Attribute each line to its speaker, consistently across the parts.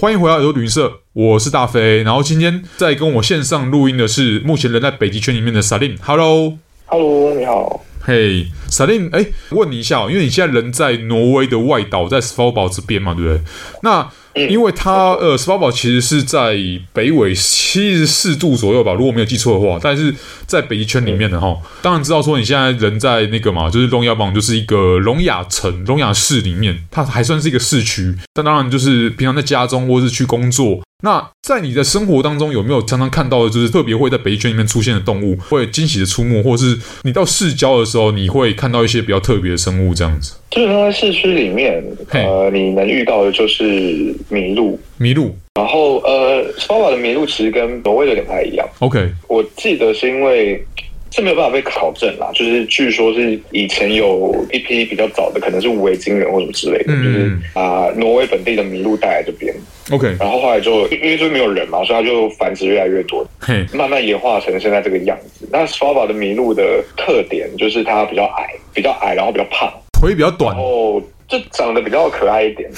Speaker 1: 欢迎回到有旅行社，我是大飞。然后今天在跟我线上录音的是目前人在北极圈里面的 Salim。Hello，
Speaker 2: Hello，你好。
Speaker 1: 嘿，Salim，哎，问你一下哦，因为你现在人在挪威的外岛，在斯堡堡这边嘛，对不对？那因为它呃，斯堡堡其实是在北纬七十四度左右吧，如果没有记错的话。但是在北极圈里面的哈，当然知道说你现在人在那个嘛，就是龙牙堡，就是一个聋哑城、聋哑市里面，它还算是一个市区。但当然就是平常在家中或是去工作。那在你的生活当中，有没有常常看到的，就是特别会在北极圈里面出现的动物，会惊喜的出没，或是你到市郊的时候，你会看到一些比较特别的生物这样子？
Speaker 2: 基本上在市区里面，
Speaker 1: 嘿
Speaker 2: 呃，你能遇到的就是麋鹿。
Speaker 1: 麋鹿
Speaker 2: 然后，呃，斯巴瓦的麋鹿其实跟挪威的有点不太一样。
Speaker 1: ，OK，
Speaker 2: 我记得是因为这没有办法被考证啦，就是据说是以前有一批比较早的，可能是维京人或什么之类的，
Speaker 1: 嗯
Speaker 2: 就是把、挪威本地的麋鹿带来这边，
Speaker 1: OK，
Speaker 2: 然后后来就因为就没有人嘛，所以它就繁殖越来越多，
Speaker 1: 嘿，
Speaker 2: 慢慢演化成现在这个样子。那 s v a 的麋鹿的特点就是它比较矮，比较矮，然后比较胖，
Speaker 1: 腿比较短
Speaker 2: 然，后哦就长得比较可爱一点，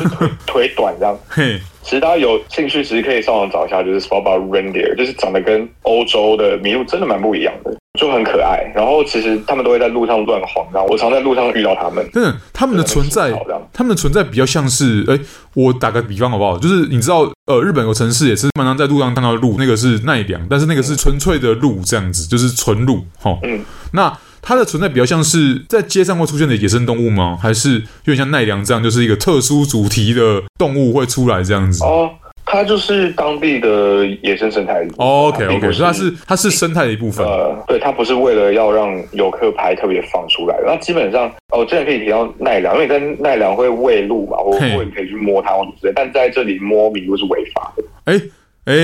Speaker 2: 就腿 腿短这样。
Speaker 1: 嘿，
Speaker 2: 其实大家有兴趣，其实可以上网找一下，就是 s v a b a Reindeer，就是长得跟欧洲的麋鹿真的蛮不一样的，就很可爱。然后其实他们都会在路上乱晃，然后我常在路上遇到他们。
Speaker 1: 真的，它们的存在
Speaker 2: 对很少这样，
Speaker 1: 它们的存在比较像是，哎、我打个比方好不好？就是你知道，呃，日本有城市也是常常在路上看到的鹿，那个是奈良，但是那个是纯粹的鹿，这样子，就是纯鹿，哈。
Speaker 2: 嗯，
Speaker 1: 那它的存在比较像是在街上会出现的野生动物吗？还是有点像奈良这样，就是一个特殊主题的动物会出来这样子？
Speaker 2: 哦，它就是当地的野生生态。
Speaker 1: o k
Speaker 2: 并
Speaker 1: OK，
Speaker 2: 不
Speaker 1: 哦所以它是它是生态的一部分。
Speaker 2: 呃，对，它不是为了要让游客拍特别放出来。那基本上，哦，我之前可以提到奈良，因为在奈良会喂鹿嘛，我
Speaker 1: 嘿
Speaker 2: 我也可以去摸它或者之类，但在这里摸麋鹿是违法的。
Speaker 1: 哎哎、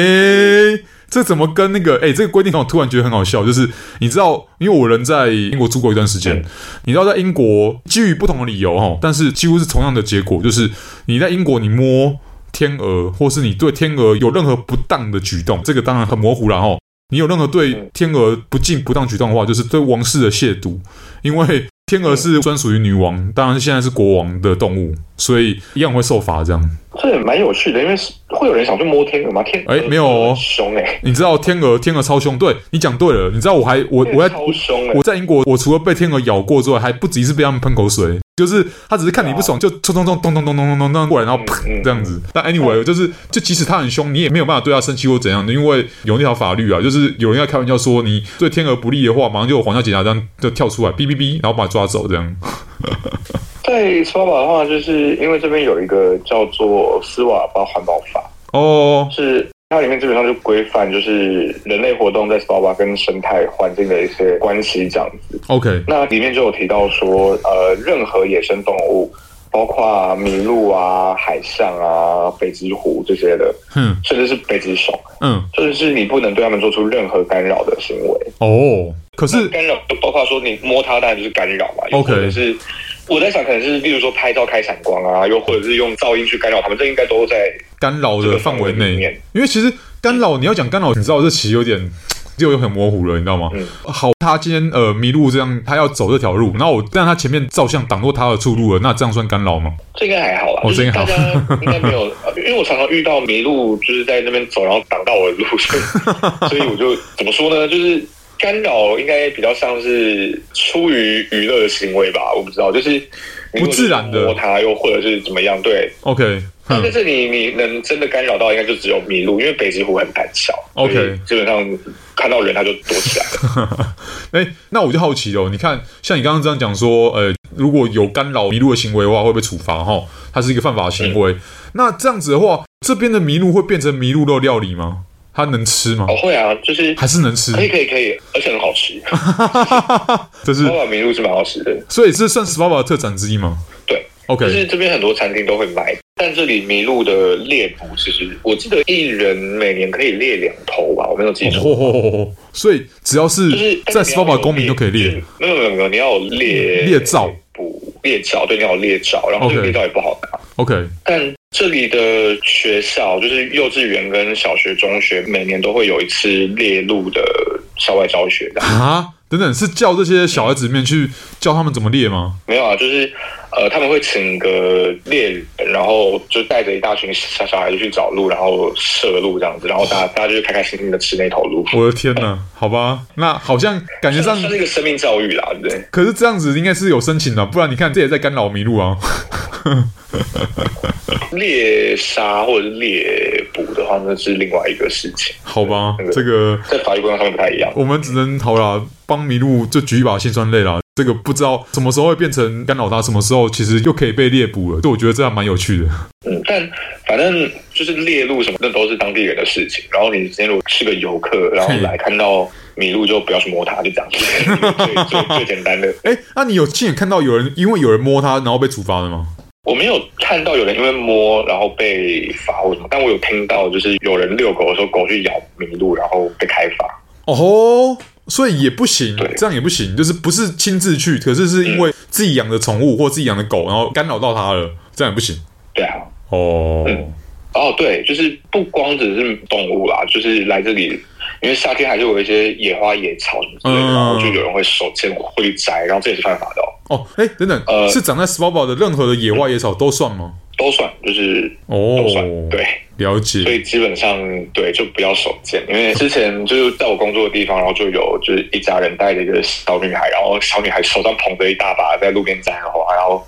Speaker 1: 这怎么跟那个哎、这个规定让我突然觉得很好笑，就是你知道，因为我人在英国住过一段时间，你知道在英国基于不同的理由哈，但是几乎是同样的结果，就是你在英国你摸天鹅，或是你对天鹅有任何不当的举动，这个当然很模糊了哈。你有任何对天鹅不敬不当举动的话，就是对王室的亵渎，因为天鹅是专属于女王，当然现在是国王的动物，所以一样会受罚这样。
Speaker 2: 这也蛮有趣的，因为是会有人想去摸天鹅吗？天鹅
Speaker 1: 哎没有哦
Speaker 2: 很凶哎、
Speaker 1: 你知道天鹅，天鹅超凶，对你讲对了。你知道我还我我在
Speaker 2: 超凶哎、
Speaker 1: 我在英国，我除了被天鹅咬过之外，还不只是被他们喷口水，就是他只是看你不爽，就冲冲冲咚咚咚咚咚咚咚过来，然后
Speaker 2: 啊嗯
Speaker 1: 砰
Speaker 2: 嗯
Speaker 1: 这样子。但 anyway，就是就即使他很凶，你也没有办法对他生气或怎样的，因为有那条法律啊，就是有人要开玩笑说你对天鹅不利的话，马上就有皇家警察这样就跳出来，哔哔哔，然后把你抓走这样。
Speaker 2: 在斯瓦巴的话，就是因为这边有一个叫做斯瓦巴环保法，
Speaker 1: 哦，
Speaker 2: 是它里面基本上就规范就是人类活动在斯瓦巴跟生态环境的一些关系这样子。
Speaker 1: OK，
Speaker 2: 那里面就有提到说，呃，任何野生动物，包括麋鹿啊、海象啊、北极狐这些的，
Speaker 1: 哼，
Speaker 2: 甚至是北极熊，
Speaker 1: 嗯，
Speaker 2: 就是你不能对它们做出任何干扰的行为。
Speaker 1: 哦，可是
Speaker 2: 干扰就包括说你摸它，当然就是干扰嘛。又
Speaker 1: OK
Speaker 2: 或者是我在想，可能是例如说拍照开闪光啊，又或者是用噪音去干扰它们，这应该都在
Speaker 1: 干扰的范围
Speaker 2: 这个范围里
Speaker 1: 内
Speaker 2: 面，
Speaker 1: 因为其实干扰你要讲干扰，你知道这其实有点就有很模糊了，你知道吗？
Speaker 2: 嗯
Speaker 1: 好，他今天呃迷路这样，他要走这条路，然后我但他前面照相挡住他的出路了，那这样算干扰吗？
Speaker 2: 这应该还好啦，
Speaker 1: 哦
Speaker 2: 就是
Speaker 1: 这应该好
Speaker 2: 大家应该没有， 呃因为我常常遇到麋鹿，就是在那边走，然后挡到我的路， 所以所以我就怎么说呢？就是干扰应该比较像是出于娱乐的行为吧，我不知道，就是你如
Speaker 1: 不
Speaker 2: 果
Speaker 1: 自然的
Speaker 2: 摸它，又或者是怎么样，对。
Speaker 1: ？OK，
Speaker 2: 但在
Speaker 1: 哼
Speaker 2: 这里，你能真的干扰到，应该就只有麋鹿，因为北极狐很胆小
Speaker 1: OK
Speaker 2: 所以基本上看到人它就躲起来了。
Speaker 1: 哎、那我就好奇哦，你看像你刚刚这样讲说，呃，如果有干扰迷路的行为的话，会被处罚哈，它是一个犯法的行
Speaker 2: 嗯
Speaker 1: 为。那这样子的话，这边的麋鹿会变成麋鹿肉料理吗？它能吃吗？
Speaker 2: 哦，哎会啊，就是
Speaker 1: 还是能吃？
Speaker 2: 可以可以可以，而且很好吃，
Speaker 1: 这是
Speaker 2: 老板麋鹿是蛮好吃的。
Speaker 1: 所以这算 s p a 的特产之一吗
Speaker 2: 对，
Speaker 1: ？OK，
Speaker 2: 就是这边很多餐厅都会卖，但这里麋鹿的猎捕，其实我记得一人每年可以猎两头吧，我没有记错。
Speaker 1: 哦，所以只要是
Speaker 2: 就是哎
Speaker 1: 在斯巴堡公民都可以列。，
Speaker 2: 没有没有没有，你要有猎
Speaker 1: 猎照
Speaker 2: 捕猎照，对，你要有猎照，然后
Speaker 1: OK
Speaker 2: 这个猎照也不好拿。
Speaker 1: OK，
Speaker 2: 但这里的学校，就是幼稚园跟小学、中学，每年都会有一次猎鹿的校外教学这样。
Speaker 1: 啊，等等，是叫这些小孩子里面去教他们怎么猎吗？
Speaker 2: 没有啊，就是呃，他们会请个猎人，然后就带着一大群小小孩子去找鹿，然后射鹿这样子，然后 大家大家就开开心心的吃那头鹿。
Speaker 1: 我的天哪，好吧，那好像感觉上
Speaker 2: 算，是一个生命教育啦，对不对？
Speaker 1: 可是这样子应该是有申请的，不然你看这也在干扰麋鹿啊。
Speaker 2: 猎杀或者是猎捕的话，那是另外一个事情，
Speaker 1: 好吧
Speaker 2: 那，个
Speaker 1: 这个
Speaker 2: 在法律规章上面不太一样。
Speaker 1: 我们只能好啦，帮麋鹿就举一把辛酸泪啦。这个不知道什么时候会变成干扰它，什么时候其实又可以被猎捕了。对，我觉得这样蛮有趣的。
Speaker 2: 嗯，但反正就是猎鹿什么，那都是当地人的事情。然后你今天如果是个游客，然后来看到麋鹿就不要去摸它，就这样子， 最最最简单的。
Speaker 1: 哎，那你有亲眼看到有人因为有人摸它，然后被处罚的吗？
Speaker 2: 我没有看到有人因为摸然后被罚或什么，但我有听到就是有人遛狗的时候，狗去咬麋鹿，然后被开罚。
Speaker 1: 哦吼，所以也不行
Speaker 2: 对，
Speaker 1: 这样也不行，就是不是亲自去，可是是因为自己养的宠物或自己养的狗，然后干扰到它了，这样也不行。
Speaker 2: 对啊，
Speaker 1: 哦，
Speaker 2: 嗯哦，对，就是不光只是动物啦，就是来这里，因为夏天还是有一些野花野草什么之类的，
Speaker 1: 嗯
Speaker 2: 然后就有人会手贱会去摘，然后这也是犯法的、哦，
Speaker 1: 哦，哎，等等，
Speaker 2: 呃
Speaker 1: 是长在 s p a 堡的任何的野外野草都算吗？
Speaker 2: 都算，就是
Speaker 1: 哦
Speaker 2: 都算，对，
Speaker 1: 了
Speaker 2: 所
Speaker 1: 解。
Speaker 2: 以基本上对就不要手贱，因为之前就是在我工作的地方，然后就有就是一家人带着一个小女孩，然后小女孩手上捧着一大把在路边摘花，然后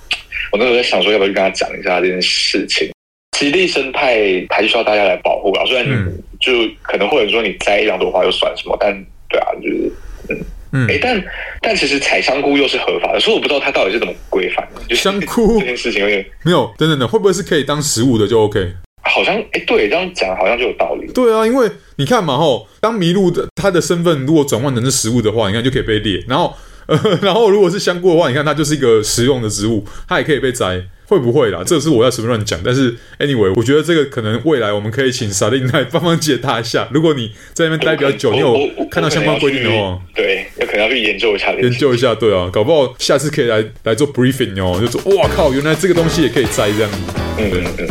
Speaker 2: 我那时候在想说要不要去跟她讲一下这件事情。极地生态还是需要大家来保护啊，虽然你
Speaker 1: 嗯
Speaker 2: 就可能或者说你摘一两朵花又算什么，但对啊，就是
Speaker 1: 嗯
Speaker 2: 哎、，但但其实采香菇又是合法的，所以我不知道它到底是怎么规范的。就是
Speaker 1: 香菇
Speaker 2: 这件事情有点
Speaker 1: 没有，等等等，会不会是可以当食物的就 OK？
Speaker 2: 好像哎、对，这样讲好像就有道理。
Speaker 1: 对啊，因为你看嘛，吼，当麋鹿的它的身份如果转换成是食物的话，你看就可以被猎。然后，呃，然后如果是香菇的话，你看它就是一个食用的植物，它也可以被摘。会不会啦？这是我在随便乱讲，但是 anyway，我觉得这个可能未来我们可以请萨令来帮忙解答一下。如果你在那边待比较久，你
Speaker 2: 我
Speaker 1: 有看到相关规定的，
Speaker 2: 我
Speaker 1: 话
Speaker 2: 我，可能要去对，有可能要去研究一下这件
Speaker 1: 研
Speaker 2: 事。
Speaker 1: 究一下，对啊，搞不好下次可以来来做 briefing 哦，就说哇靠，原来这个东西也可以摘这样子。
Speaker 2: 嗯嗯嗯。